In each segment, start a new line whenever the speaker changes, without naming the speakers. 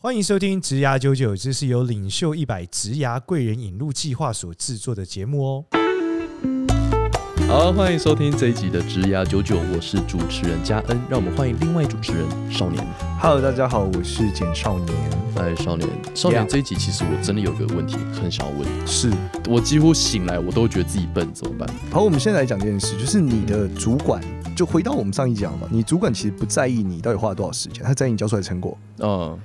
欢迎收听《职涯九九》，这是由领袖一百职涯贵人引路计划所制作的节目哦。
好，欢迎收听这一集的《职涯九九》，我是主持人嘉恩，让我们欢迎另外主持人少年。
Hello，大家好，我是简少年。
哎，少年，少年
Yeah
这一集其实我真的有个问题很想要问你，
是，
我几乎醒来我都觉得自己笨，怎么办？
好，我们先来讲这件事，就是你的主管，就回到我们上一讲嘛，你主管其实不在意你到底花了多少时间，他在意你交出来的成果，
嗯，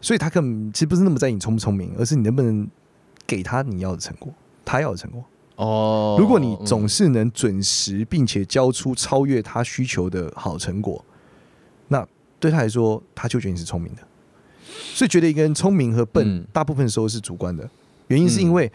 所以他根本其实不是那么在意你聪不聪明，而是你能不能给他你要的成果，他要的成果。
哦，
如果你
嗯
总是能准时并且交出超越他需求的好成果，那对他来说，他就觉得你是聪明的。所以觉得一个人聪明和笨，
嗯
大部分时候是主观的。原因是因为，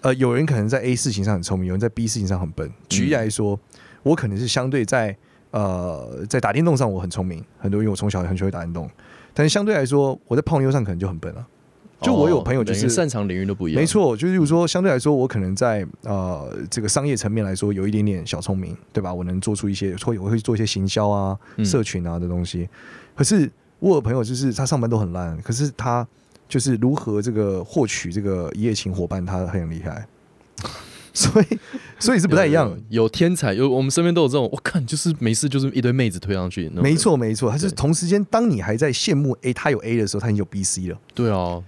呃，有人可能在 A 事情上很聪明，有人在 B 事情上很
嗯
笨。举例来说，我可能是相对在呃在打电动上我很聪明，很多因为我从小很喜欢打电动，但是相对来说我在泡妞上可能就很笨啊。就我有朋友就是
哦每个人擅长领域都不一样，
没，错，就是比如说，相对来说，我可能在呃这个商业层面来说，有一点点小聪明，对吧？我能做出一些，会我会做一些行销啊、
嗯
社群啊的东西。可是我有朋友就是他上班都很烂，可是他就是如何这个获取这个一夜情伙伴，他很厉害。 所以，所以是
这
不太一样。
有有天才，有我们身边都有这种，我看就是没事就是一堆妹子推上去，那种
没，错，没错，他是
对
同时间，当你还在羡慕 A，他有 A 的时候，他已经有 B、C 了。
对啊，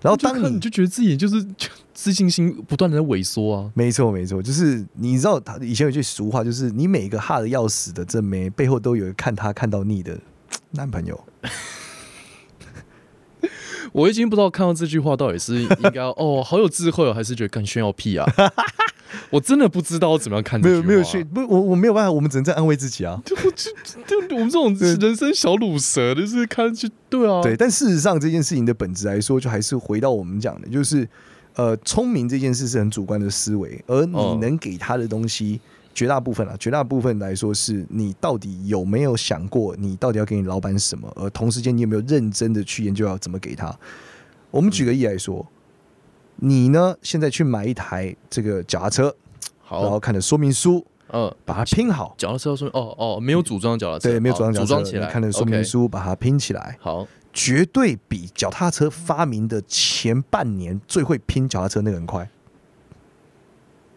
然后
就
当
看
你
就觉得自己就是就自信心不断的在萎缩啊，
没错，没错，就是你知道，他以前有句俗话，就是你每一个哈的要死的正妹背后都有一个看他看到腻的男朋友。
我已经不知道看到这句话到底是应该哦，好有智慧哦，还是觉得干炫耀屁 啊？我真的不知道我怎么样看这
没
句
有，
话。
没有去，不，我我没有办法，我们只能在安慰自己啊。
就就就我们这种人生小乳蛇，就是看去对啊，
对，，但事实上这件事情的本质来说，就还是回到我们讲的，就是呃，聪明这件事是很主观的思维，而你
哦
能给他的东西，绝大部分啊，绝大部分来说是你到底有没有想过，你到底要给你老板什么，而同时间你有没有认真的去研究要怎么给他。我们举个例来说，你呢现在去买一台这个脚踏车，然后
好，
看着说明书，
嗯，
把它拼好，
脚踏车说哦哦，没有组装脚踏车，
对，没有
好
组装脚
哦
踏
组装
车，
起
你
来，
看着说明书把它拼起来。
OK，好，
绝对比脚踏车发明的前半年最会拼脚踏车那个人快。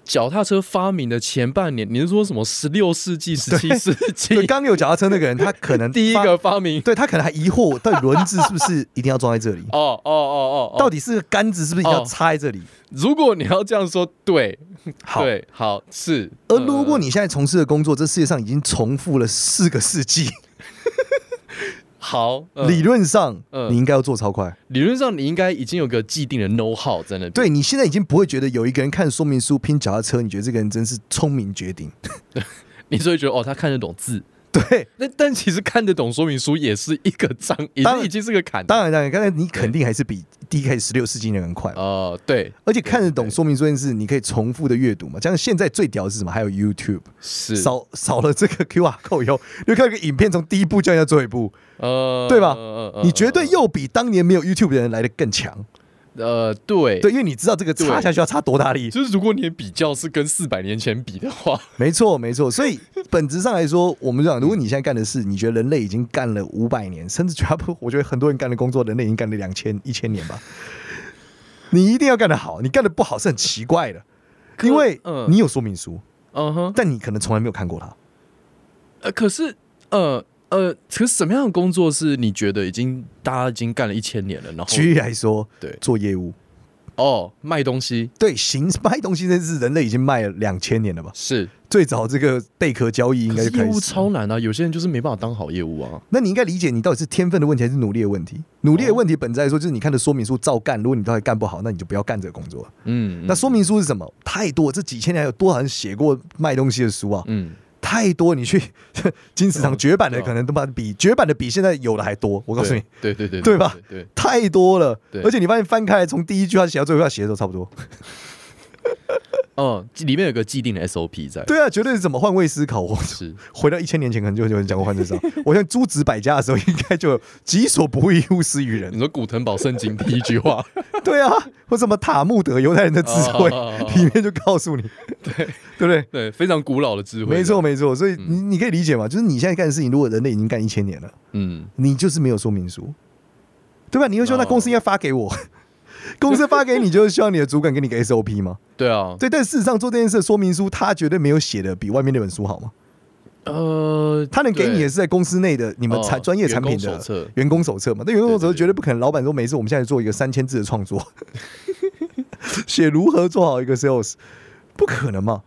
脚踏车发明的前半年，你是说什么十六世纪、十七世纪
对，刚有脚踏车那个人，他可能
第一
发
个，发明？
对他可能还疑惑，到底轮子是不是一定要装在这里？
哦哦哦哦，
到
底
底是个杆子是不是一定要插在这里？
如果你要这样说，对
好。
对好是，
而
嗯
如果你现在从事的工作，这世界上已经重复了四个世纪，
好嗯
理论上
嗯
你应该要做超快。
理论上你应该已经有个既定的 know how 在那边。
对你现在已经不会觉得有一个人看说明书拼脚踏车，你觉得这个人真是聪明绝顶。
你就会觉得哦，他看得懂字。
对，
那但其实看得懂说明书也是一个障，也
当
是
然
已经是个坎。
当然，当然，刚才你肯定还是比第一开始十六世纪那个人快。
哦、对，
而且看得
对
懂
对
说明书这件事，你可以重复的阅读嘛。像现在最屌的是什么？还有 YouTube，
是
少少了这个 QR code 以后，你就看到一个影片从第一步叫人家最后一步，
呃，
对吧
嗯
你绝对又比当年没有 YouTube 的人来的更强。
呃，对
对，，因为你知道这个
对
插下去要插多大力。
就是如果你的比较是跟四百年前比的 话，
没错，没错。所以本质上来说，我们讲，如果你现在干的事，你觉得人类已经干了五百年，甚至绝大部分，我觉得很多人干的工作，人类已经干了两千一千年吧。你一定要干得好，你干得不好是很奇怪的，
可
因为
嗯
你有说明书，
嗯哼，
但你可能从来没有看过
哦
它。
呃，可是呃呃，可是什么样的工作是你觉得已经大家已经干了一千年了，然后
举例来说，
对
做业务，
哦卖东西
对行 卖东西，这是人类已经卖了两千年了吧？
是，
最早这个贝壳交易应
可
该
是
就开
业务
始。
超难啊，有些人就是没办法当好业务啊。
那你应该理解，你到底是天分的问题还是努力的问题？努力的问题本质来说，就是你看的说明书照干。如果你到底干不好，那你就不要干这个工作了。
嗯，
那说明书是什么？太多，这几千年还有多少人写过卖东西的书啊？
嗯，
太多，你去 金石堂绝版的
对啊
可能他妈比绝版的比现在有的还多。我
我
告诉你，，
对对对，
对吧
对，
太多了
对。
而且你发现翻开来，从第一句话写到最后一句话写的时候差不多。
哦，里面有个既定的 SOP 在，
对啊，绝对是怎么换位思考。我
是
回到一千年前，可能就有人讲过换这招。我像诸子百家的时候，应该就有己所不欲，勿施于
你
人。
说古腾堡圣经第一 句话，
对啊，或什么塔木德犹太人的智慧
哦
里面就告诉你，对对不对？
对，非常古老的嗯智慧，
没错，，没错。所以你你可以理解嘛，就是你现在干的事情，如果人类已经干一千年了，
嗯，
你就是没有说明书。对吧？你会说，那公
哦
司应该发给我，公司发给你就是希望你的主管给你个 SOP 吗？
对啊，
对，但事实上做这件事的说明书，他绝对没有写的比外面那本书好嘛。
呃，
他能给你
对
也是在公司内的你们
哦
产专业产品
员工手
的
册
员工手册嘛。那员工手
对
册
对对
绝对不可能，老板说没事，我们现在做一个三千字的创作， 写如何做好一个 sales，不可能嘛？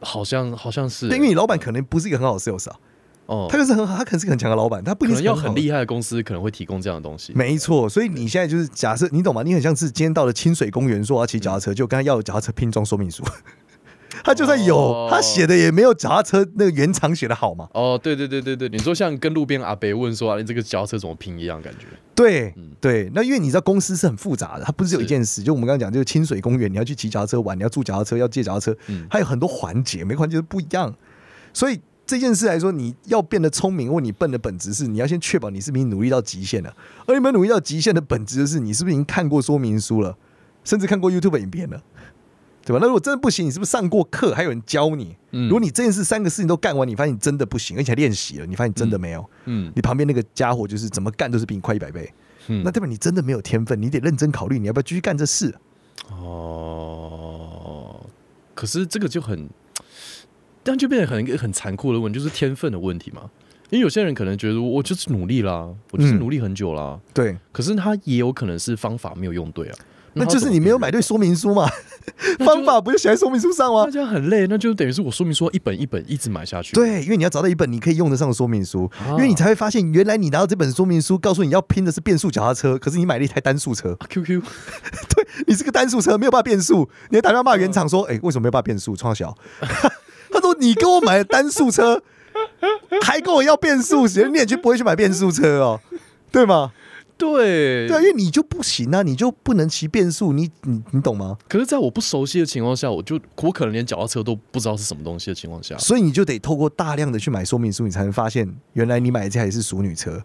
好像好像是，
对因为你老板可能不是一个很好的 sales 啊，
哦，
他可是很好，他可能是个很强的老板，他不一定
可能
是
要很厉
害。
害的公司可能会提供这样的东西。
没错，所以你现在就是假设你懂吗？你很像是今天到了清水公园，说我要骑脚踏车，就跟他要有脚踏车拼装说明书。 他就算有
哦，
他写的也没有脚踏车那个原厂写的好嘛。
哦，对对对对对，你说像跟路边阿伯问说、啊、你这个脚踏车怎么拼一样感觉。
对、
嗯
对，那因为你知道公司是很复杂的，它不是只有一
是
件事，就我们刚刚讲，就是清水公园，你要去骑脚踏车玩，你要住脚踏车，要借脚踏车，
嗯
还有很多环节，每个环节都不一样。所以这件事来说，你要变得聪明或你笨的本质是，你要先确保你是不是已经努力到极限了，而你们努力到极限的本质就是你是不是已经看过说明书了，甚至看过 YouTube 影片了。对吧？那如果真的不行，你是不是上过课，还有人教你？
嗯
如果你这件事三个事情都干完，你发现你真的不行，而且还练习了，你发现你真的没有，
嗯
你旁边那个家伙就是怎么干都是比你快一百倍，
嗯
那代表你真的没有天分，你得认真考虑你要不要继续干这事。啊
哦，可是这个就很，但就变得很一个很残酷的问题，就是天分的问题嘛。因为有些人可能觉得我就是努力啦，我就是
嗯
努力很久啦，
对，
可是他也有可能是方法没有用对啊。
那
他
就是
怎么
你没有
辨
买
认
对说明书嘛，
那就
方法不就写在说明书上吗
那？这样很累，那就等于是我说明说一本一本一直买下去。，
啊对，因为你要找到一本你可以用得上的说明书，
啊
因为你才会发现，原来你拿到这本说明书，告诉你要拼的是变速脚踏车，可是你买了一台单速车，
啊 QQ
你是个单速车，没有办法变速，你还打电话骂原厂说，哎、为什么没有办法变速？创小， 他说你跟我买的单速车，还跟我要变速，你也就不会去买变速车哦，对吗？
对
对啊，因为你就不行啊，你就不能骑变速，你你你懂吗？
可是在我不熟悉的情况下，我就我可能连脚踏车都不知道是什么东西的情况下，
所以你就得透过大量的去买说明书，你才能发现原来你买的这台是熟女车。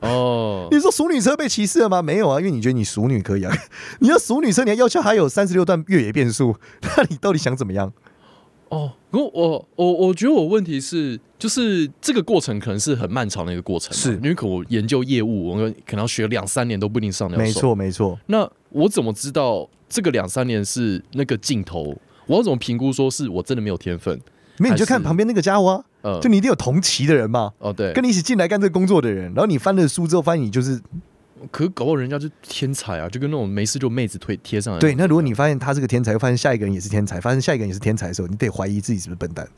哦，
你说熟女车被歧视了吗？没有啊，因为你觉得你熟女可以啊。 你要熟女车，你还要求还有三十六段越野变速， 那你到底想怎么样？
哦，我我我我觉得我问题是，就是这个过程可能是很漫长的一个过程嘛，啊
是
因为可能我研究业务，我可能要学两三年都不一定上得了
没
手。
错，没错，
那我怎么知道这个两三年是那个尽头？我要怎么评估说是我真的没有天分？
没有你就
还是
看旁边那个家伙啊，
嗯
就你一定有同期的人嘛，
哦，对，
跟你一起进来干这个工作的人，然后你翻了书之后，发现你就是
嗯可是搞不好人家就天才啊，就跟那种没事就妹子推贴上来。
对。那如果你发现他是个天才，发现下一个人也是天才，发现下一个人也是天才的时候，你得怀疑自己是不是笨蛋。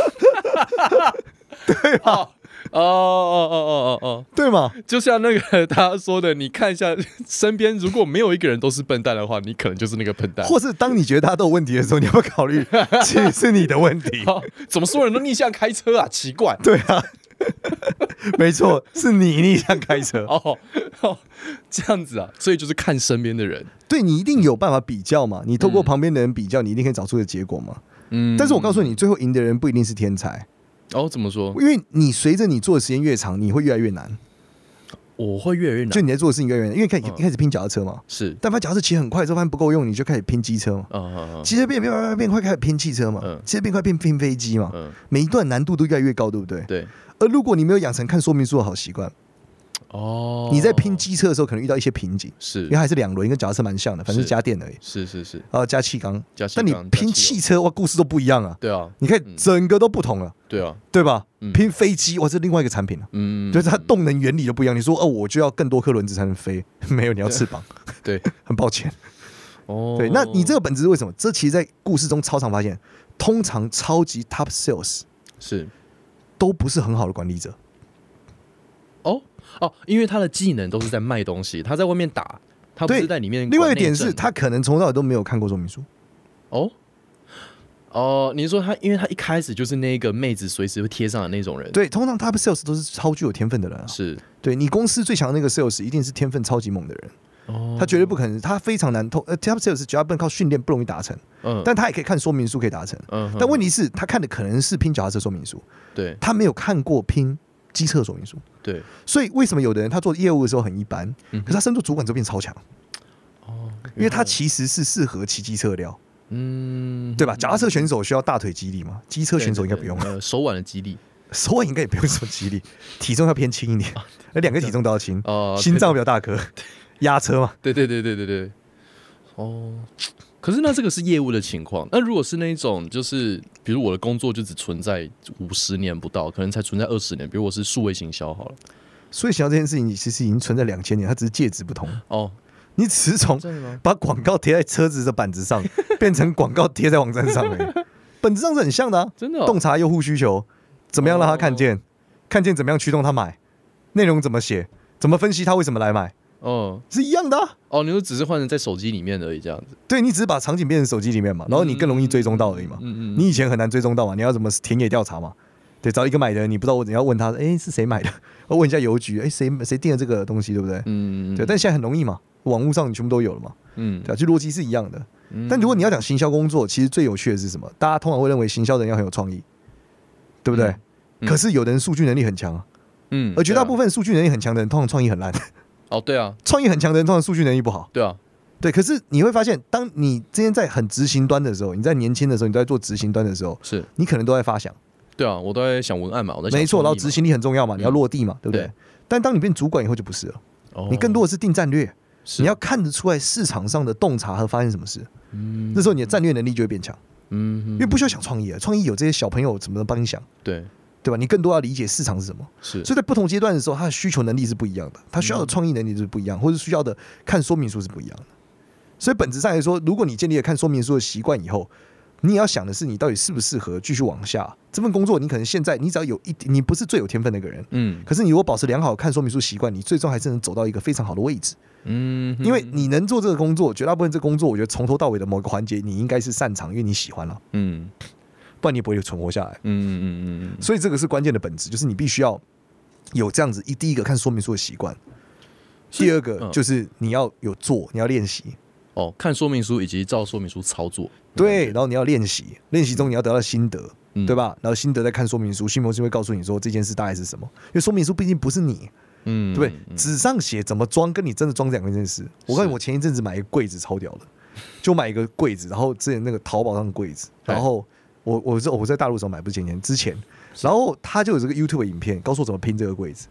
哦哦哦哦哦
对吗？
哦，就像那个 他说的，你看一下 身边，如果没有一个人都是笨蛋的话，你可能就是那个笨蛋。
或是当你觉得他都有问题的时候，你要不要考虑，其实是你的问题？
好，哦怎么所有人都逆向开车啊？奇怪。
对啊，没错，是你逆向开车，
哦哦，这样子啊，所以就是看身边的人。
对你一定有办法比较嘛？你透过
嗯
旁边的人比较，你一定可以找出的结果嘛？
嗯
但是我告诉你，最后赢的人不一定是天才，
哦，怎么说？
因为你随着你做的时间越长，你会越来越难。
我会越来越难。
就你在做的事情越来越难，因为开
嗯
一开始拼脚踏车嘛，
是，
但发现脚踏车骑很快之后，发现不够用，你就开始拼机车嘛。
嗯嗯
机车变变变变快，开始拼汽车嘛
嗯；
汽车变快变拼飞机嘛。
嗯，
每一段难度都越来越高，对不对？
对。
而如果你没有养成看说明书的好习惯，
哦，
你在拼机车的时候可能遇到一些瓶颈，
是
因为还是两轮，跟脚踏车蛮像的，反正
是
加电而已，
是是是，
然后加气缸。
加气
但你
缸加
拼
汽
汽
油
车，哇，故事都不一样啊！
对啊，
你看整个都不同了，
对啊，
对吧？
嗯
拼飞机，哇，这是另外一个产品了、
嗯，
就是它动能原理都不一样。你说哦，我就要更多颗轮子才能飞， 没有，你要翅膀，
对，
很抱歉。
哦，
对，那你这个本质是为什么？这其实，在故事中超常发现，通常超级 top sales
是
都不是很好的管理者。
哦哦，因为他的技能都是在卖东西，他在外面打，他不
对
是在里面管内政。
另外一个点是，他可能从头到尾都没有看过说明书。
哦。哦，你是说他，因为他一开始就是那个妹子随时会贴上的那种人，，
对，通常 top sales 都是超具有天分的人、啊。
是，
对你公司最强的那个 sales 一定是天分超级猛的人，
哦，
他绝对不可能，他非常难通。呃，top sales 只要不能靠训练不容易达成，
嗯，
但他也可以看说明书可以达成。
嗯哼，
但问题是，他看的可能是拼脚踏车说明书，
对
他没有看过拼机车说明书。
对，
所以为什么有的人他做业务的时候很一般，
嗯
可是他升做主管之后变超强，
哦，
因为他其实是适合骑机车的料，
嗯，
对吧？脚踏车选手需要大腿肌力嘛，机车
对
选手应该不用。
对对呃，手腕的肌力，
手腕应该也不用什么肌力， 体重要偏轻一点， 那两个体重都要轻，
哦
心脏比较大颗，压车嘛。
对对对对对对，哦，可是那这个是业务的情况，那如果是那一种就是，比如我的工作就只存在五十年不到，可能才存在二十年，比如我是数位行销好了，
所以想到这件事情，其实已经存在两千年，它只是介质 不同。
哦，
你只是从
真的吗？
把广告贴在车子的板子 上，变成广告贴在网站上、欸，本质上是很像的、啊。
真的、哦，哦
洞察用户需求，怎么样让他看见？看见怎么样驱动他买？内容怎么写？怎么分析他为什么来买？
哦
是一样的、啊。
哦，你就只是换成在手机里面而已，这样子，
对你只是把场景变成手机里面嘛，然后你更容易追踪到而已嘛。
嗯嗯，
你以前很难追踪到嘛，你要怎么田野调查嘛？对，找一个买的，你不知道我，你要问他，哎，是谁买的？ 我问一下邮局，哎，谁谁订了这个东西，对不对？
嗯嗯
对，但现在很容易嘛，网络上你全部都有了嘛，
嗯
对啊吧、就逻辑是一样的。
嗯
但如果你要讲行销工作，其实最有趣的是什么？大家通常会认为行销人要很有创意，对不对？
嗯嗯
可是有的人数据能力很强啊，
嗯
而绝大部
分
分数据能力很强的人，通常创意很烂；
哦，对啊
创意很强的人，通常数据能力不好。
对啊，
对，可是你会发现，当你今天在很执行端的时候，你在年轻的时候，你都在做执行端的时候，
是
你可能都在发想，
对啊，我都在想文案嘛，我在想
没错，
创意
然后
嘛
执行力很重要嘛，你要
嗯
落地嘛，对不对
对？
但当你变主管以后就不是了，
哦
你更多的是定战略，
是
你要看得出来市场上的洞察和发现什么事，
嗯
那时候你的战略能力就会变强，
嗯嗯
因为不需要想创意啊，创意有这些小朋友怎么能帮你想，
对
对吧？你更多要理解市场是什么，
是
所以在不同阶段的时候，他的需求能力是不一样
嗯
的，他需要的创意能力是不一样，或者需要的看说明书是不一样的。所以本质上来说，如果你建立了看说明书的习惯以后，你也要想的是你到底适不适合继续往下这份工作。你可能现在你只要有一，你不是最有天分的那个人，
嗯
可是你如果保持良好的看说明书习惯，你最终还是能走到一个非常好的位置。
嗯，
因为你能做这个工作，绝大部分这个工作，我觉得从头到尾的某个环节，你应该是擅长，因为你喜欢了，
嗯
不然你不会存活下来。
嗯嗯嗯嗯
所以这个是关键的本质，就是你必须要有这样子一第一个看说明书的习惯，
所以
第二个
嗯
就是你要有做，你要练习，
哦，看说明书以及照说明书操作，
对，然后你要练习，练习中你要得到心得，
嗯
对？吧？然后心得再看说明书，心魔就会告诉你说这件事大概是什么，因为说明书毕竟不是你，
嗯，
对不对？
嗯
纸上写怎么装，跟你真的装是两件事。我告诉你，我前一阵子买一个柜子超屌的，就买一个柜子，然后之前那个淘宝上的柜子，
哎
然后我我是我在大陆的时候买，不是前年之前，然后他就有这个 YouTube 影片，告诉我怎么拼这个柜子。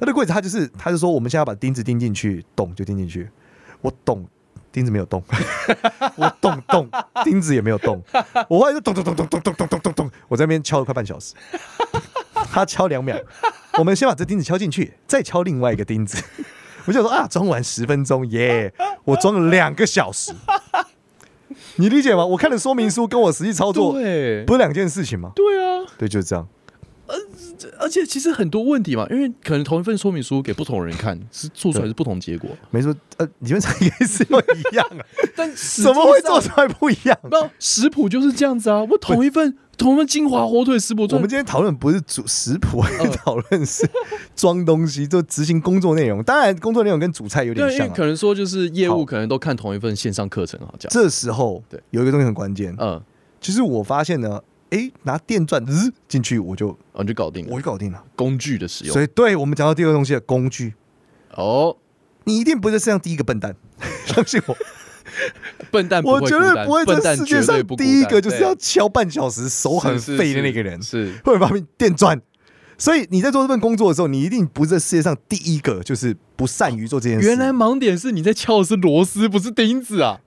他的柜子，他就是他就说我们现在要把钉子钉进去，洞就钉进去。我懂，钉子没有动，我懂动，钉子也没有动。我后来就咚咚咚咚咚咚咚咚咚咚，我在那边敲了快半小时。他敲两 秒，我们先把这钉子敲进去，再敲另外一个钉 子。我就想说啊，装完十分钟耶我装了两个小 时。你理解吗？我看的说明书跟我实际操作
对
不是两件事情吗？
对啊，
对，就是这样。
呃而且其实很多问题嘛，因为可能同一份说明书给不同人看，是做出来是不同结果，
没错，呃，你们应该是要一样 啊，
但怎
怎么会做？出来不一样？
那食谱就是这样子啊，我同一份同一份金华火腿食谱，
我们今天讨论不是主食谱，
嗯
讨论是 装东西，就执行工作内容。当然，工作内容跟主菜有点
对，因
像
为
啊、
可能说就是业
好
务可能都看同一份线上课程啊，这样，
这时候
对
有一个东西很关键，
嗯，
就是我发现呢，诶，拿电钻日进去，我就
哦，你就搞定
我
了
就搞定了。
工具的使用
所，以，对我们讲到第二个东西的呃工具，
哦，
你一定不是世界上第一个笨蛋， 相信我，
笨 蛋不会
我
孤
绝
单，
对不会
笨
在
蛋
世界
绝
上
对不孤单
第一个就是
对啊
要敲半小时手很
是是
废的
是
那个人。
是
或者发明电钻。所以你在做这份工作的时候，你一定不是这世界上第一个就是不善于做这件事。
原来盲点是你在敲的是螺丝，不是钉子啊！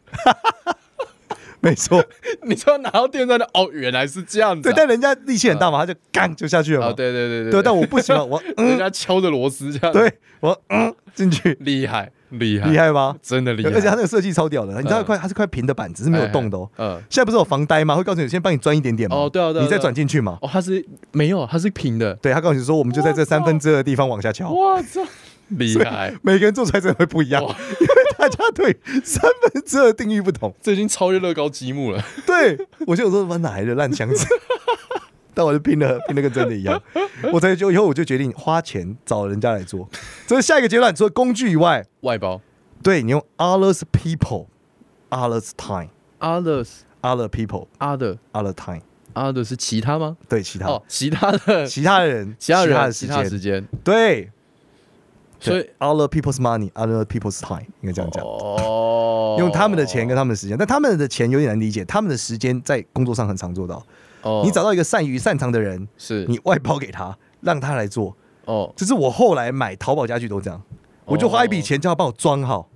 没错，
你知道拿到电钻的哦，原来是这样子、
对
啊。，
但人家力气很大嘛，他就干就下去了
啊，
嘛。
对对对对
对，但我不 行了，我
人
嗯，
家敲着螺丝这样，，
对我嗯进 去，
厉害厉害
厉，害吧？
真的厉害，
而且他那个设计超屌的，你知道
嗯
快它是块平的板，只是没有动的哦。
嗯，
现在不是有防呆吗？会告诉你先帮你钻一点点嘛。
哦对啊对啊
你再
对啊
转进去嘛。
哦，他是没有，他是平的，
对他告诉你说，我们就在这三分之二的地方往下敲。
我 操，厉害，
每个人做出来真的会不一样，
哦
因为大家对三分之二的定义不同。
这已经超越乐高积木了，
对，我就有时候妈哪来的烂箱子？ 但我就拼了，拼的跟真的一样。我才就以后我就决定花钱找人家来做。所以下一个阶段，除了工具以外，
外包
对你用 others people, others time,
others
other people,
other
other time，
other 是其他吗？
对其他、
哦，其他 的
其他人、
其他
的
人
时
其他的时
间，
间，
对，
所以
对 other people's money, other people's time，应该这样讲。
哦
用他们的钱跟他们的时间，但他们的钱有点难理解，他们的时间在工作上很常做到，
哦
你找到一个善于擅长的人，
是
你外包给他，让他来做。
哦，
这是我后来买淘宝家具都这样，我就花一笔钱叫他帮我装好，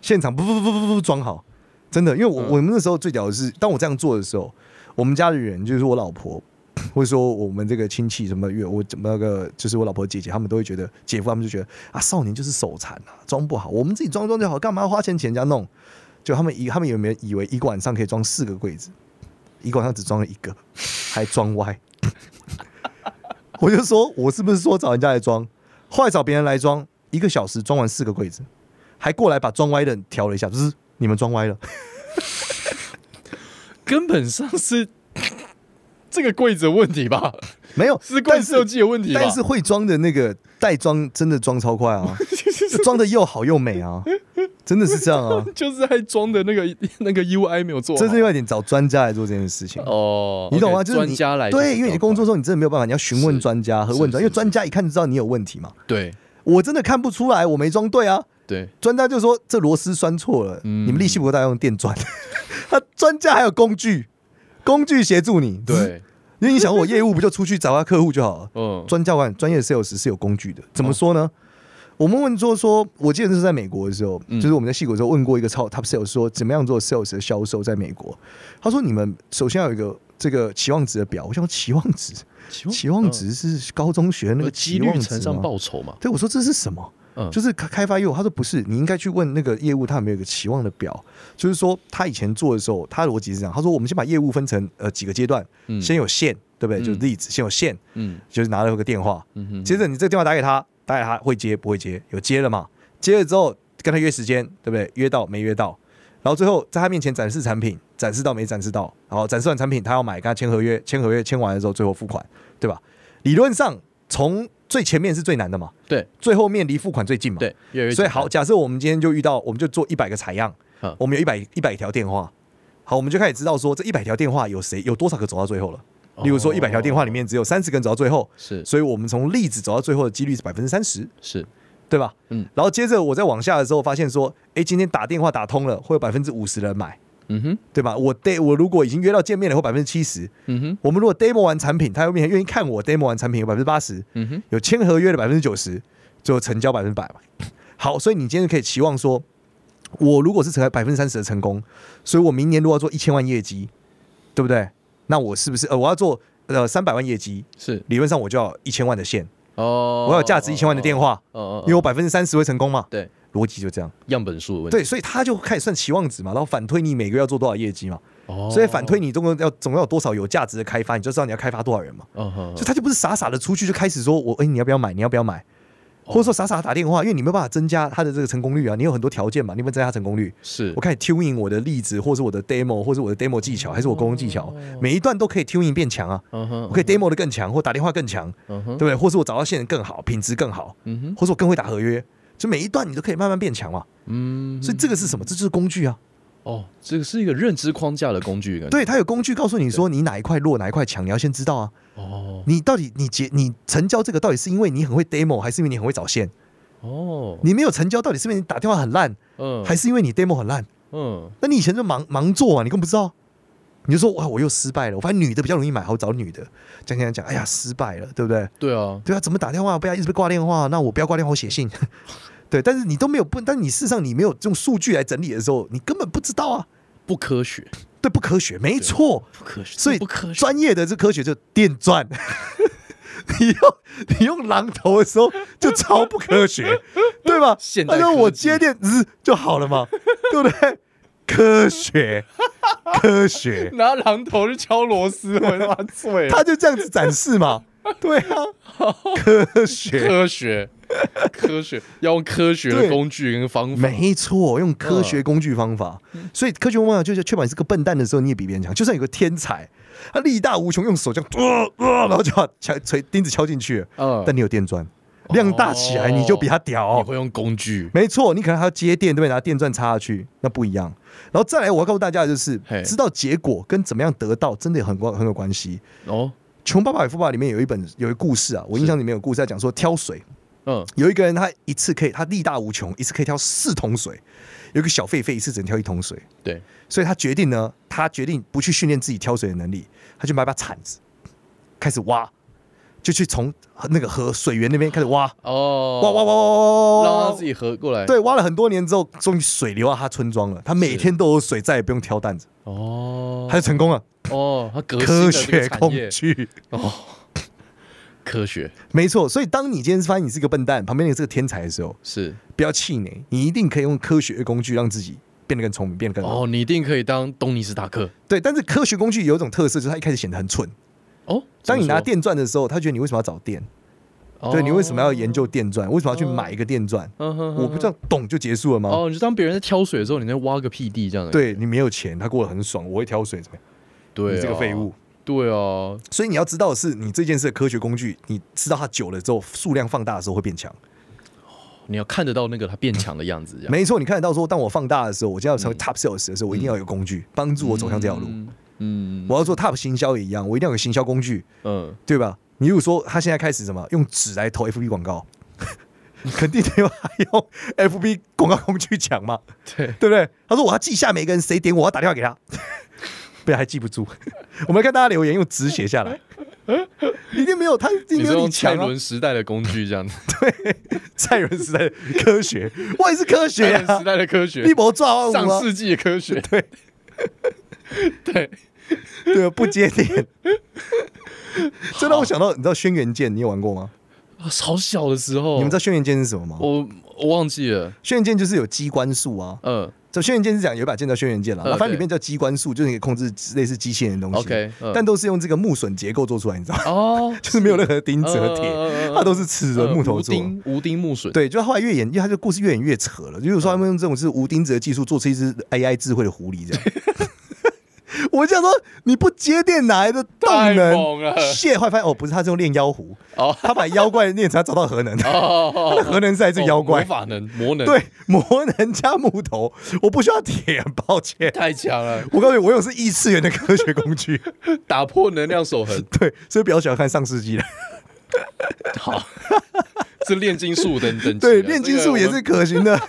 现场不不不不不装好，真的，因为我、
嗯
我们那时候最屌的是，当我这样做的时候，我们家的人就是我老婆， 或者说我们这个亲戚什么月，我怎么那个就是我老婆姐姐，他们都会觉得姐夫他们就觉得啊，少年就是手残啊，装不好，我们自己装装就好，干嘛要花钱请人家弄？就他们以他们有没有以为一个晚上可以装四个柜子，一个晚上只装了一个，还装歪。 我就说，我是不是说找人家来装？后来找别人来装，一个小时装完四个柜子，还过来把装歪的人调了一下，就是你们装歪了。
根本上是 这个柜子的问题吧？
没有，
是柜
但
子设计的问题吧？
但是会装的那个带装真的装超快 啊，装的又好又美啊，真的是这 样啊。
就是在装的那个 那个 UI 没有做好，
这是另外一点，找专家来做这件事情。
哦，
你懂吗？
OK，
就是你
专家来，
对，因为你的工作
中
中你真的没有办法，你要询问
是
专家和
是
问专，
是
因为专家一看就知道你有问题嘛。
对
我真的看不出来，我没装对啊。
对
专家就说这螺丝拴错了，
嗯
你们力气不够大，用电钻。 他专家还有工具，工具协助你。，
对，
因为你想我业务不就出去找下客户就好了？
嗯，
专家玩专业的 sales 是有工具的，怎么说呢？我们问说说，我记得是在美国的时候，
嗯
就是我们在戏谷的时候问过一个超 top sales 说，怎么样做 sales 的销售在美国？他说你们首先要有一个这个期望值的表，我想说期望值，期望值是高中学那
那
个
个嗯呃几
期
率
望值
乘上
吗
报酬嘛，
对，我说这是什么？
嗯，
就是开开发业务，他说不是，你应该去问那个业务，他有没有一个期望的表，就是说他以前做的时候，他的逻辑是这样，他说我们先把业务分成呃几个阶段，
嗯
先有线，对不对？
嗯
就是例子，先有线，
嗯
就是拿了个电话，
嗯哼，
接着你这个电话打给他，打给他会接不会接，有接了嘛？接了之后跟他约时间，对不对？约到没约到，然后最后在他面前展示产品，展示到没展示到，然后展示完产品他要买，跟他签合约，签合约签完了之后最后付款，对吧？理论上从最前面是最难的嘛，
对
最后面离付款最近嘛，
对，越来越
所以
简单
好，，假设我们今天就遇到，我们就做一百个采样
嗯，
我们有一百一百条电话，好，我们就开始知道说这一百条电话有谁有多少个走到最后了。例如说，
哦
一百条电话里面只有三十个人走到最后，
是
所以我们从例子走到最后的几率是百分之三十，
是
对吧？
嗯，
然后接着我再往下的时候，发现说，哎，今天打电话打通了，会有百分之五十人买，
嗯哼
对吧？我 d 我如果已经约到见面了，会百分之七十。
嗯哼
我们如果 demo 完产品，他又面愿意看我 demo 完产品有百分之八十，
嗯哼
有签合约的百分之九十，最后成交百分之百嘛。好，所以你今天可以期望说，我如果是成百分之三十的成功，所以我明年如果要做一千万业绩，对不对？那我是不是呃我要做呃三百万业绩，
是
理论上我就要一千万的线，
哦，
我要有价值一千万的电
话，
话，
哦哦，
因为我百分之三十会成功嘛，
对
逻辑就这样。
样本数的问题，
对，所以他就开始算期望值嘛，然后反推你每个月要做多少业绩嘛，
哦，
所以反推你总共要总共有多少有价值的开发，你就知道你要开发多少人嘛。
嗯哼，
所以他就不是傻傻的出去就开始说我哎、你要不要买你要不要买，
哦
或者说傻傻地打电话，因为你没有办法增加他的这个成功率啊，你有很多条件嘛，你有没有增加他成功率？
是
我开始 tuning 我的例子，或是我的 demo，或是我的 demo 技巧，还是我沟通技巧，每一段都可以 tuning 变强啊，
哦嗯哼，
我可以 demo 的更强，或打电话更强，
嗯
对不
哼
对？或是我找到线人更好，品质更好，
嗯哼
或是我更会打合约，就每一段你都可以慢慢变强嘛。啊
嗯，
所以这个是什么？这就是工具啊！
哦，这个是一个认知框架的工具感觉，
对，它有工具告诉你说你哪一块弱，哪一块强，你要先知道啊。
哦
你到底你结你成交这个到底是因为你很会 demo，还是因为你很会找线？
哦，
你没有成交，到底是因为你打电话很烂，
嗯
还是因为你 demo 很烂？
嗯
那你以前就盲盲做啊嘛，你根本不知道。你就说哇，我又失败了。我发现女的比较容易买，好找女的。讲讲讲，哎呀，失败了，对不对？
对啊，
对啊，怎么打电话？不要一直被挂电话，那我不要挂电话，我写信。 对，但是你都没有不，但你事实上你没有用数据来整理的时候，你根本不知道啊。
不科学，
对，不科学，没错。
不科学，
所以
不科学，
专业的这科学就电钻， 你用你用榔头的时候就超不科 学，对吧？
现代
他
科技
说我接电滋就好了 嘛，对不对？科学，科学，
拿榔头去敲螺丝，我他妈醉了
他就这样子展示嘛，对啊，科学。
哦科学，科学要用科学的
对
工具跟方法。
没错，用科学工具方法，
嗯
所以科学方法就是确保你是个笨蛋的时候，你也比别人强。就算有个天才，他力大无穷，用手这样，呃呃，然后就把敲锤钉子敲进去了，
嗯
但你有哦电钻，量大起来你就比他屌、
哦你会用工具，
没错，你可能还要接电，对不对？拿电钻插下去，那不一样。然后再来，我要告诉大家的就是
嘿，
知道结果跟怎么样得到，真的很关很有关系。
哦，
《穷爸爸与富爸爸》里面有一本有一个故事啊，我印象里面有故事在讲说挑水，
嗯，
有一个人他一次可以他力大无穷，一次可以挑四桶水，有一个小狒狒一次只能挑一桶水，
对，
所以他决定呢，他决定不去训练自己挑水的能力，他去买把铲子，开始挖，就去从那个河水源那边开始挖，
哦，
挖挖挖挖挖挖挖
让
挖
他自，己合过来，，
对，挖了很多年之后，终于水流到他村庄了，他每
是
天都有水，再也不用挑担子，
哦，
他就成功了。
哦，他革新
科
了这个
学
产
工
业
具，
哦，科学
没错。所以当你今天发现你是个笨蛋，旁边那个是个天才的时候，
是
不要气馁，你一定可以用科学工具让自己变得更聪明，变得更好。
哦，你一定可以当东尼史塔克
对，但是科学工具有一种特色，就是它一开始显得很蠢。
哦。
当你
怎
拿
么说，
电钻的时候，他觉得你为什么要找电？
哦
对你为什么要研？究电钻？为什么要去买一个电钻？
嗯哼
我不知道懂啊就结束了吗？
哦，你就当别人在挑水的时候，你在挖个屁地这样的。
对你没有钱，他过得很爽，我会挑水，怎么样？
对，啊
你这个废物。。
对啊，
所以你要知道的是，你这件事的科学工具，你知道它久了之后，数量放大的时候会变强。
你要看得到那个他变强的样子，这样
没错，你看得到说，当我放大的时候，我将要成为 top sales 的时候，我一定要有工具帮助我走向这条路。
嗯嗯
我要做 top 行销也一样，我一定要有行销工具，
嗯，
对吧？你如果说他现在开始什么用纸来投 FB 广告， 肯定得要他用 FB 广告工具讲嘛，
对，
对不对？他说我要记下每个人谁点我，我要打电话给他， 不然还记不住。 我们来看大家留言，用纸写下来，一定没有他，一定
你
没
是
有
用
你强
蔡
啊！
伦时代的工 具这样子，
蔡伦时代的科学，我也是科
蔡
学
伦
啊
时，代的科学
一，博抓万物
上
啊，
世纪的科学，对对，
对，啊不接 电。这让我想到，你知道轩辕剑，你有玩过吗？
啊好小的时候，
你们知道轩辕剑是什么吗？
哦我我忘记了，
轩辕剑就是有机关术啊，
嗯
这轩辕剑是讲有一把剑叫轩辕剑了，
嗯
反正里
对
面叫机关术，就是你可以控制类似机器人的东西。
，OK，嗯
但都是用这个木榫结构做出来，你知道吗？
哦，
就是没有任何钉子和
嗯嗯嗯嗯
铁，
嗯
它都是齿轮木头
无
做的。
钉无钉木笋，
对，就后来越演，因为它这故事越演越扯了。就是说，他们
嗯
用这种是无钉子的技术做出一只 AI 智慧的狐狸，这样。 我就想说，你不接电哪来的动
太
能
猛了？
谢，后来发现哦，不是，他是用炼妖壶，
哦
他把妖怪炼成他找到核能，他
哦，
的核能是来自妖怪
魔，法能魔能，，
对，魔能加木头，我不需要铁，抱歉。
太强了，
我告诉你，我有是异次元的科学工具，
打破能量守恒，
对，所以比较喜欢看上世纪的。
好，是炼金术等等级啊，
对，炼金术也
这个我
是
们
可行的。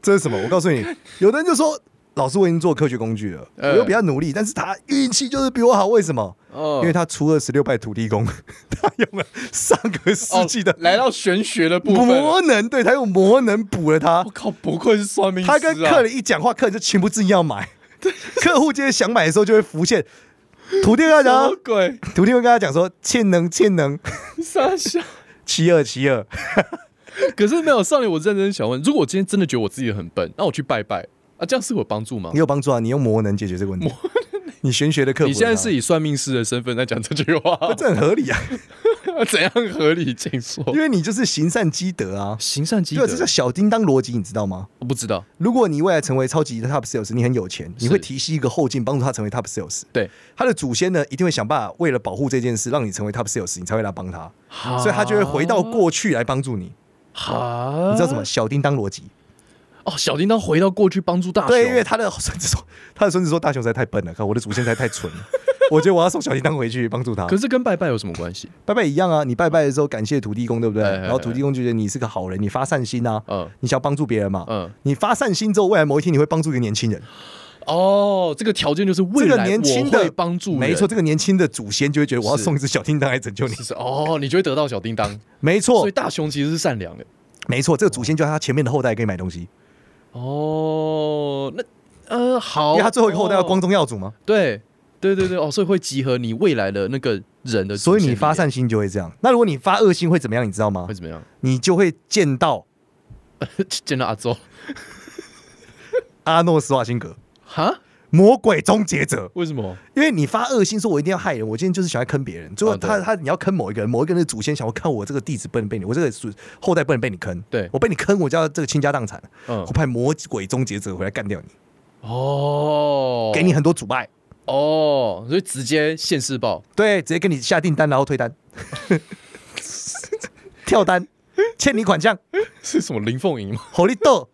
这是什么？我告诉你，有的人就说，老师我已经做科学工具了，我
呃
又比较努力，但是他运气就是比我好，为什么？
哦
因为他除了十六拜土地公， 他用了上个世纪的
哦来到玄学的部分了，
魔能，对他用魔能补了他
我。靠，不愧是算命师啊，
他跟客人一讲话，客人就情不自禁要买。客户今天想买的时候，就会浮现土地公跟他
什
讲
么，鬼？
土地公跟他讲说：“欠能，欠能，
傻笑。
七二七二。
可是没有少年，我认真想问，如果我今天真的觉得我自己很笨，那我去拜拜啊，这样是有帮助吗
你？有帮助啊！你用魔能解决这个问题。你玄学的课，啊
你现在是以算命师的身份在讲这句话，
这很合理 啊，
怎样合理？请说。
因为你就是行善积德啊。
行善积
对
德
啊，，这叫小叮当逻辑，你知道吗？
我不知道。
如果你未来成为超级 top sales，你很有钱，你
是
会提携一个后进，帮助他成为 top sales。
对，
他的祖先呢，一定会想办法为了保护这件事，让你成为 top sales，你才会来帮他，
啊
所以他就会回到过去来帮助你。
哈，
你知道什么？小叮当逻辑？
哦，小叮当回到过去帮助大雄。
对，因为他的孙子说，他的孙子说大雄实在太笨了，看我的祖先实在太蠢 了。我觉得我要送小叮当回去帮助他。
可是跟拜拜有什么关系？
拜拜一样啊，你拜拜的时候感谢土地公，对不对？
哎哎哎
然后土地公就觉得你是个好人，你发善心啊，
嗯
你想要帮助别人嘛。
嗯，
你发善心之后，未来某一天你会帮助一个年轻人，
哦，这个条件就是未
这个
来
年轻
我
的
会帮助人，
没错，这个年轻的祖先就会觉得我要
是
送一只小叮当来拯救你，
是是哦，你就会得到小叮当。
没
所
错
以，大雄其实是善良的。
没错，这个祖先就在他前面的后代给你买东西，
哦，那呃好，
因为他最后一个后代要
哦
光宗耀祖嘛，
对对对对哦，所以会集合你未来的那个人的祖
所
先力量，
以你发善心就会这样。那如果你发恶心会怎么样？你知道吗
会？怎么样？
你就会见到
见到阿周
阿诺·施瓦辛格，
哈？
魔鬼终结者。
为什么？
因为你发恶心，说我一定要害人，我今天就是想要坑别人。最后
啊对
他、他你要坑某一个人，某一个人的祖先想要看我这个弟子不能被你，我这个祖后代不能被你坑。
对
我被你坑，我就要这个倾家荡产，
嗯
我派魔鬼终结者回来干掉你，
哦，
给你很多阻碍。
哦，所以直接现世报
对，直接跟你下订单，然后退单， 跳单，欠你款项，
是什么林凤营吗？
好利豆，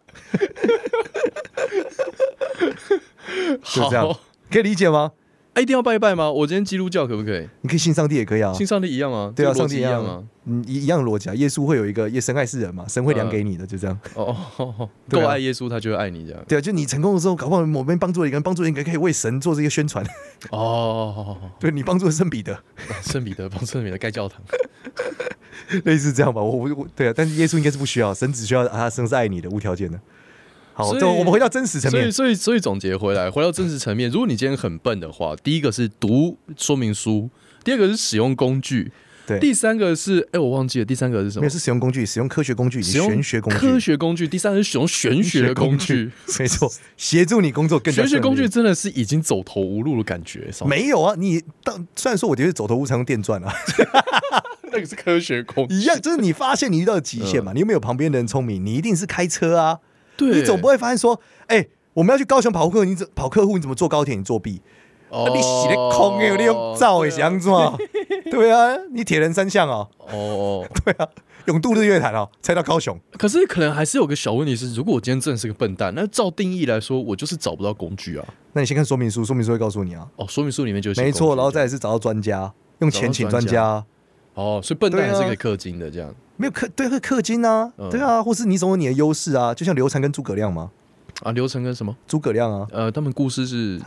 就
好
这样，可以理解吗？
啊哎一定要拜拜吗？我今天基督教可不可以？
你可以信上帝也可以啊，
信上帝一样吗？
对啊
这个逻
上帝
辑
一
一
样
样吗？啊
嗯，一一样的逻辑啊。耶稣会有一个耶神爱世人嘛，神会量
嗯
给你的，就这样。
哦哦哦，
对
够
啊
爱耶稣，他就会爱你这样。
对啊，就你成功的时候，搞不好某边帮助了一个人，帮助了一个人可以为神做这个宣传。
哦哦，哦哦
对你帮助了圣彼得，
哦圣彼得帮圣彼得盖教堂。
类似这样吧。我我我对啊，但是耶稣应该是不需要，神只需要啊，他神是爱你的，无条件的。好，
所以
这我们回到真实层
所以，
面。
所以，所以总结回来，回到真实层面，如果你今天很笨的话，第一个是读说明书，第二个是使用工具，
对
第三个是哎、我忘记了，第三个是什
没
么
有？是使用工具，使用科学工具以及
使用
玄学工具。
科学工具，第三个是使用玄学的工具。
没错，协助你工作更加
玄学
顺
工具
利
真的是已经走投无路的感觉，少
没有啊？你当虽然说我觉得走投无常用电钻啊，
那个是科学工具，
一样，就是你发现你遇到的极限嘛，你又没有旁边的人聪明，你一定是开车啊，
嗯对，
你总不会发现说，哎、我们要去高雄跑客户，你怎跑客户你怎么坐高铁？你作弊？
哦，
啊那、你洗的空哎，你用照哎，
啊
想怎 么？对啊，你铁人三项哦，
哦哦。
对啊，永渡日月潭哦，才到高雄，
可是可能还是有个小问题是，如果我今天真的是个笨蛋，那照定义来说，我就是找不到工具啊。
那你先看说明书，说明书会告诉你啊，
哦，说明书里面就有写
没
工
错，
具
然后再来是找到专家，用钱请专
找
家啊。
哦，所以笨蛋
对啊
还是可以氪金的这样。
没有氪对氪氪金啊，
嗯
对啊，或是你总有你的优势啊，就像刘禅跟诸葛亮嘛，
啊，刘成跟什么？
诸葛亮啊，
呃，他们故事 是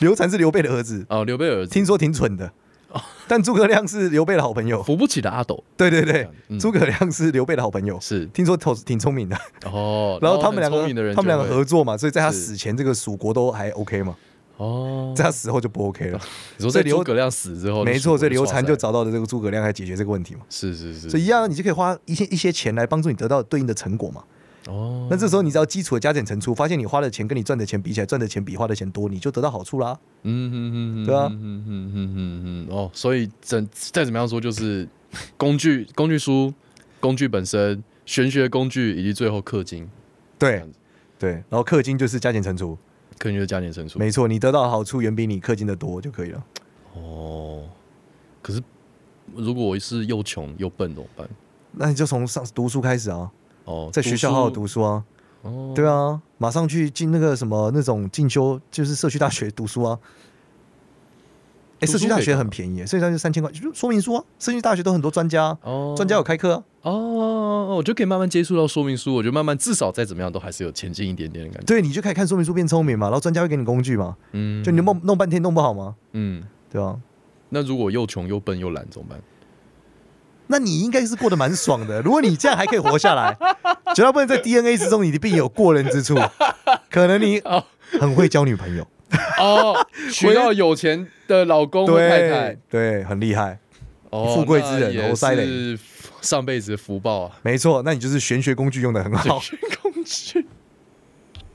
刘禅是刘备的儿子，
哦，刘备儿子
听说挺蠢的，
哦
但诸葛亮是刘备的好朋 友，
扶不起的阿斗
对对对
嗯，
诸葛亮是刘备的好朋友，
是
听说头挺聪明的，
哦，
然后他们
很
两个
聪明的人
他
就会，
们两个合作嘛，所以在他
是
死前这个蜀国都还 OK 嘛，
哦，
在他死后就不 OK 了，
你
所
说在
以刘
诸葛亮死之后，
没错，所
这
以刘禅就找到了这个诸葛亮来解决这个问题嘛，
是是是，
所以一样你就可以花一些一些钱来帮助你得到对应的成果嘛。
哦，
那这时候你只要基础的加减乘除，发现你花的钱跟你赚的钱比起来，赚的钱比花的钱多，你就得到好处啦。
嗯哼哼哼，
对啊
嗯哼哼哼哼哼，哦，所以怎再怎么样说，就是工具工具书、工具本身、玄学工具以及最后氪金，这
对
样子
对，然后氪金就是加减乘除，
氪金就是加点乘数，
没错，你得到的好处远比你氪金的多就可以了。
哦，可是如果我是又穷又笨怎么办？
那你就从上读书开始啊，
哦，
在学校好好读书啊，
哦，
对啊，马上去进那个什么那种进修，就是社区大学读书啊。哎、
读书
社区大
可以
学
干
很
嘛
便宜耶，社区大学三千块，就说明书啊。社区大学都很多专家啊，
哦，
专家有开课啊。
哦，我就可以慢慢接触到说明书，我就慢慢至少再怎么样都还是有前进一点点的感觉。
对，你就可以看说明书变聪明嘛，然后专家会给你工具嘛，
嗯，
就你弄弄半天弄不好嘛，
嗯，
对吧、
那如果又穷又笨又懒怎么办？
那你应该是过得蛮爽 的。如果你这样还可以活下来，绝大部分在 DNA 之中，你必有过人之处。可能你
哦
很会交女朋 友，
哦，娶到有钱的老公或太太
对，对，很厉害，
哦，
富贵之人
那也
猴塞雷
是上辈子的福报啊。
没错。那你就是玄学工具用的很 好，
玄学工具，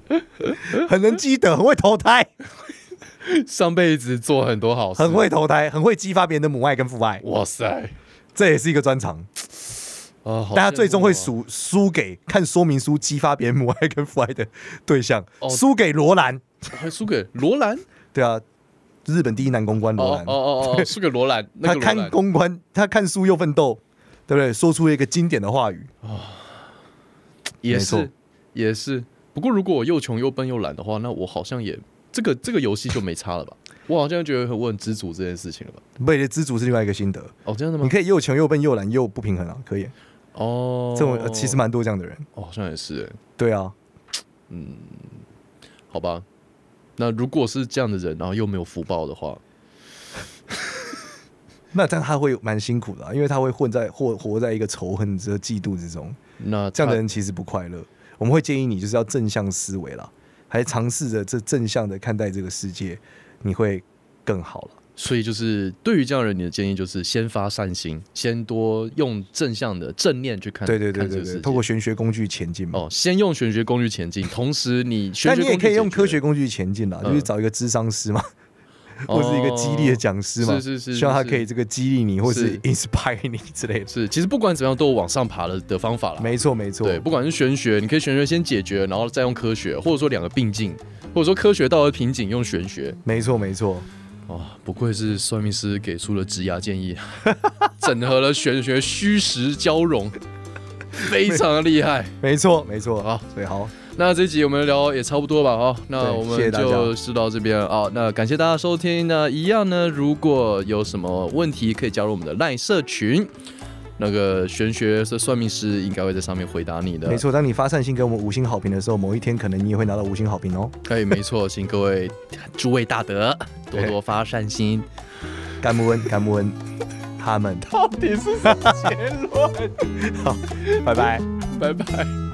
很能积德，很会投胎，
哦上辈子做很多好事，
很会。投胎，很会激发别人的母爱跟父爱，
哇塞，啊、
这也是一个专长。
哦，
大家最终会
输。
输输给看说明书激发别人母爱跟父爱的对象
哦，
输给罗兰。
还输给罗兰，
对啊，日本第一男公关罗
哦
兰
哦，哦哦，输给罗兰，那
他
个罗
看
兰，
公关，他看书又奋斗，对不对？说出了一个经典的话语。
也
没
是
错
也是。不过如果我又穷又笨又懒的话，那我好像也这个这个游戏就没差了吧？我好像觉得很我很知足这件事情了吧？
贝的知足是另外一个心得，
哦，这样的吗
你？可以又穷又笨又懒又不平衡啊，可以。
哦，
这种、呃其实蛮多这样的人。
哦，好像也是欸，
对啊，
好吧。那如果是这样的人，然后又没有福报的话，
那但他会蛮辛苦的啊、因为他会混在或活在一个仇恨和嫉妒之中，
那
这样的
他
人其实不快乐。我们会建议你就是要正向思维啦，还尝试着这正向的看待这个世界，你会更好了。
所以就是对于这样的人，你的建议就是先发善心，先多用正向的正念去看，
对对对
看这
对
个世
对，
界
透过玄学工具前进嘛。
哦，先用玄学工具前进，同时你玄
但
学
你也
工具
可以用
解决
科学工具前进啦，
嗯哦
就是找一个智商师嘛，或是一个激励的讲师嘛，
是是是是
希望他可以这个激励你，或
是
是 inspire 你之 类的。
是，其实不管怎么样都有往上爬的的方法啦。
没错没错，
对，不管是玄学，你可以玄学先解决，然后再用科学，或者说两个并进，或者说科学到了瓶颈用玄学。
没错没错，
哇、哦不愧是算命师给出了植牙建议， 整合了玄学虚实交 融，非常的厉害。
没错没错
好
啊，所以好，
那这集我们聊也差不多吧，哈、哦那
对
我
谢
们
谢大家
就是到这边啊、那感谢大家收听，那一样呢，如果有什么问题可以加入我们的赖社群。那个玄学是算命师应该会在上面回答你的。
没，错，当你发善心给我们五星好评的时候，某一天可能你也会拿到五星好评哦。
哎，没错，请各位诸位大德多多发善心。
干木恩，干木恩，他们
到底是什么结 论？
拜拜。
拜拜。